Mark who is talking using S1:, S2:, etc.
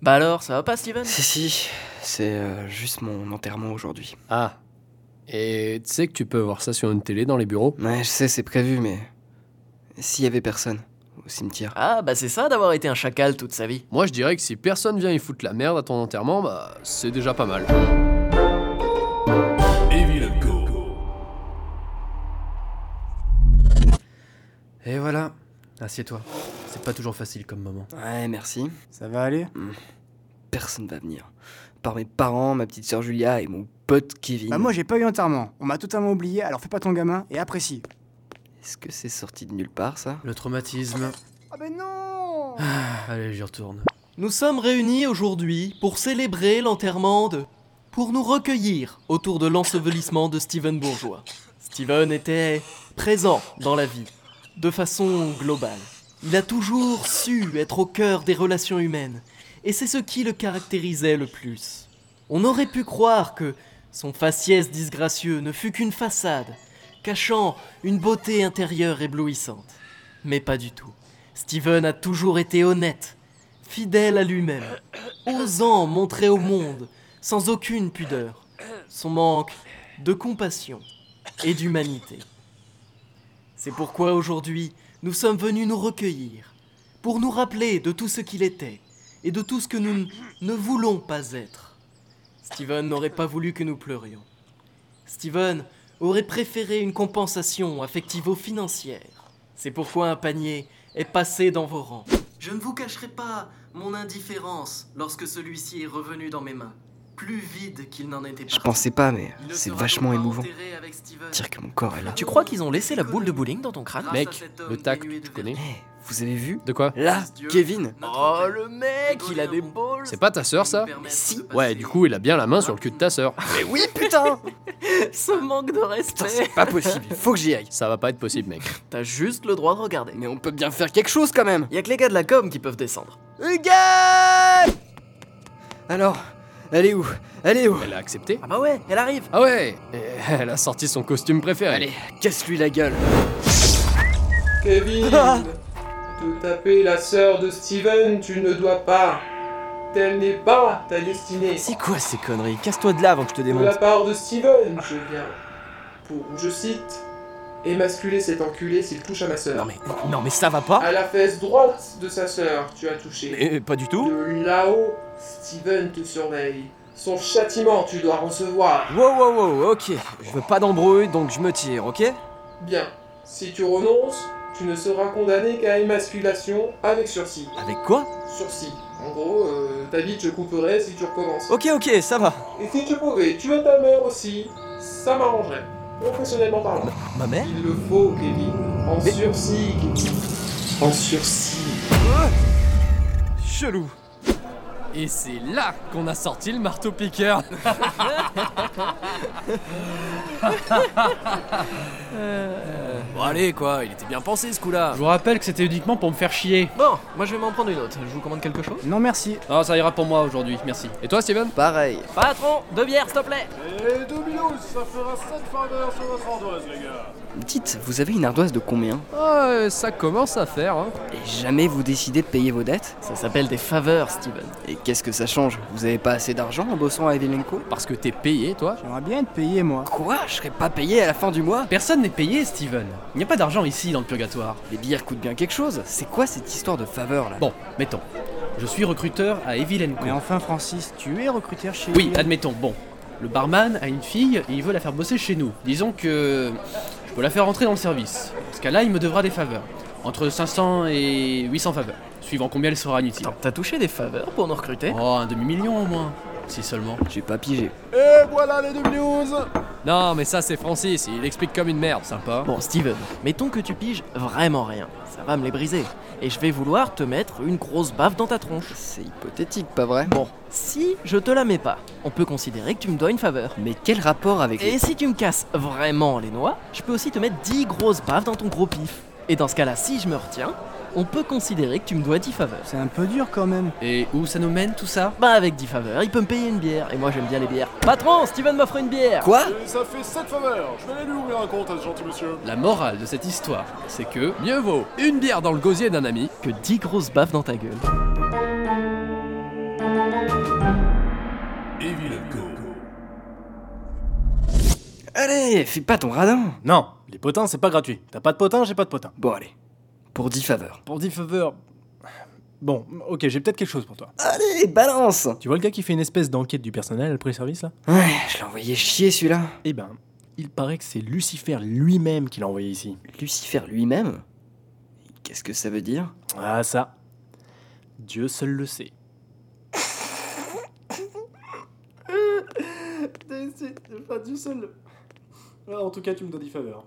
S1: Bah alors, ça va pas, Steven
S2: Si, si, c'est euh, juste mon enterrement aujourd'hui.
S3: Ah. Et tu sais que tu peux voir ça sur une télé dans les bureaux
S2: Ouais, je sais, c'est prévu, mais. S'il y avait personne au cimetière.
S1: Ah, bah c'est ça d'avoir été un chacal toute sa vie.
S3: Moi, je dirais que si personne vient y foutre la merde à ton enterrement, bah, c'est déjà pas mal.
S4: Evil Go.
S5: Et voilà. Assieds-toi. C'est pas toujours facile comme moment.
S2: Ouais, merci.
S5: Ça va aller
S2: Personne va venir. Par mes parents, ma petite sœur Julia et mon pote Kevin.
S6: Bah moi j'ai pas eu enterrement, on m'a totalement oublié, alors fais pas ton gamin et apprécie.
S2: Est-ce que c'est sorti de nulle part, ça
S5: Le traumatisme.
S6: Ah ben non
S5: Allez, j'y retourne.
S7: Nous sommes réunis aujourd'hui pour célébrer l'enterrement de... pour nous recueillir autour de l'ensevelissement de Steven Bourgeois. Steven était présent dans la vie, de façon globale. Il a toujours su être au cœur des relations humaines, et c'est ce qui le caractérisait le plus. On aurait pu croire que son faciès disgracieux ne fut qu'une façade, cachant une beauté intérieure éblouissante. Mais pas du tout. Steven a toujours été honnête, fidèle à lui-même, osant montrer au monde, sans aucune pudeur, son manque de compassion et d'humanité. C'est pourquoi aujourd'hui, nous sommes venus nous recueillir, pour nous rappeler de tout ce qu'il était et de tout ce que nous n- ne voulons pas être. Steven n'aurait pas voulu que nous pleurions. Steven aurait préféré une compensation affectivo-financière. C'est pourquoi un panier est passé dans vos rangs. Je ne vous cacherai pas mon indifférence lorsque celui-ci est revenu dans mes mains, plus vide qu'il n'en était
S2: Je
S7: parti.
S2: pensais pas, mais
S7: Il ne
S2: c'est
S7: sera
S2: vachement
S7: donc pas
S2: émouvant.
S7: enterré avec Steven.
S2: Dire que mon corps est là.
S1: Tu crois qu'ils ont laissé la boule de bowling dans ton crâne
S3: Mec,
S7: à cet homme
S3: le tact,
S7: dénué de
S3: tu connais
S2: Hé, Eh, vous avez vu
S3: De quoi
S2: Là,
S5: Ah,
S7: Dieu.
S2: Kevin
S1: Oh, le mec, il a des balls
S3: C'est pas ta sœur, ça
S7: Si
S3: Ouais, du coup, il a bien la main sur le cul de ta sœur.
S2: Mais oui, putain
S1: Ce manque de
S2: Putain,
S1: respect
S2: c'est pas possible, il faut que j'y aille.
S3: Ça va pas être possible, mec.
S1: T'as juste le droit de regarder.
S2: Mais on peut bien faire quelque chose quand même
S1: Y'a que les gars de la com qui peuvent descendre.
S2: Hugues Alors, elle est où Elle est où
S3: Elle a accepté
S1: Ah bah ouais, elle arrive
S3: Ah ouais Et Elle a sorti son costume préféré.
S2: Allez, casse-lui la gueule
S8: Kevin,
S2: Ah
S8: te taper la sœur de Steven, tu ne dois pas. Telle n'est pas ta destinée.
S5: C'est quoi ces conneries Casse-toi de là avant que je te
S8: De la part de Steven, je viens pour, je cite, émasculer cet enculé s'il touche à ma sœur.
S5: mais, non mais ça va pas
S8: À la fesse droite de sa sœur, tu as touché.
S5: Mais pas du tout
S8: De là-haut, Steven te surveille. Son châtiment, tu dois recevoir.
S5: Wow, wow, wow, ok. Je veux pas d'embrouille, donc je me tire, ok
S8: Bien. Si tu renonces, tu ne seras condamné qu'à émasculation avec sursis.
S5: Avec quoi
S8: Sursis. En gros, euh, ta vie, je couperai si tu recommences.
S5: Ok, ok, ça va.
S8: Et si tu pouvais tuer ta mère aussi, ça m'arrangerait. Professionnellement parlant.
S5: Ma mère
S8: Il le faut, Kevin. En sursis, Kevin. En sursis.
S5: Chelou.
S3: Et c'est là qu'on a sorti le marteau piqueur. Bon allez quoi, il était bien pensé ce coup-là.
S9: Je vous rappelle que c'était uniquement pour me faire chier.
S1: Bon, moi je vais m'en prendre une autre. Je vous commande quelque chose
S6: Non merci.
S9: Non, ça ira pour moi aujourd'hui, merci.
S3: Et toi Steven
S2: Pareil
S1: Patron, deux bières s'il te plaît
S2: Dites, vous avez une ardoise de combien
S3: Ah, ça commence à faire. Hein.
S2: Et jamais vous décidez de payer vos dettes
S1: Ça s'appelle des faveurs, Steven.
S2: Et qu'est-ce que ça change Vous avez pas assez d'argent en bossant à Evilenko
S3: Parce que t'es payé toi.
S6: J'aimerais bien être payé moi.
S2: Quoi Je serais pas payé à la fin du mois
S9: Personne n'est payé, Steven. Il n'y a pas d'argent ici dans le purgatoire.
S2: Les bières coûtent bien quelque chose C'est quoi cette histoire de faveur là
S9: Bon, mettons. Je suis recruteur à Evil Co.
S6: Mais enfin Francis, tu es recruteur chez
S9: Oui, admettons, bon. Le barman a une fille et il veut la faire bosser chez nous. Disons que je peux la faire rentrer dans le service. Dans ce cas-là, il me devra des faveurs. Entre 500 et 800 faveurs, suivant combien elle sera inutile.
S1: Attends, t'as touché des faveurs pour nous recruter
S9: Oh, un demi-million au moins, si seulement.
S2: J'ai pas pigé.
S3: Non mais ça c'est Francis, il explique comme une merde, sympa.
S1: Bon, Steven, mettons que tu piges vraiment rien. Ça va me les briser. Et je vais vouloir te mettre une grosse baffe dans ta tronche.
S2: C'est hypothétique, pas vrai
S1: Bon, si je te la mets pas, on peut considérer que tu me dois une faveur.
S2: Mais quel rapport avec les...
S1: Et si tu me casses vraiment les noix, je peux aussi te mettre 10 grosses baffes dans ton gros pif. Et dans ce cas-là, si je me retiens, on peut considérer que tu me dois 10 faveurs.
S6: C'est un peu dur quand même.
S9: Et où ça nous mène tout ça
S1: Bah avec 10 faveurs, il peut me payer une bière. Et moi j'aime bien les bières. Patron, Steven m'offre une bière
S2: Quoi
S9: La morale de cette histoire, c'est que
S3: Mieux vaut une bière dans le gosier d'un ami
S1: Que 10 grosses baffes dans ta gueule.
S2: Allez, fais pas ton radin
S4: Non, les potins, c'est pas gratuit. T'as pas de potin, j'ai pas de potin.
S2: Bon, allez. Pour 10 faveurs.
S4: Pour 10 faveurs. Bon, ok, j'ai peut-être quelque chose pour toi.
S2: Allez, balance
S4: Tu vois le gars qui fait une espèce d'enquête du personnel après le service là
S2: Ouais, je l'ai envoyé chier celui-là.
S4: Eh ben, il paraît que c'est Lucifer lui-même qui l'a envoyé ici.
S2: Lucifer lui-même Qu'est-ce que ça veut dire
S4: Ah ça, Dieu seul le sait.
S8: Pas du seul.
S4: En tout cas, tu me donnes 10 faveurs.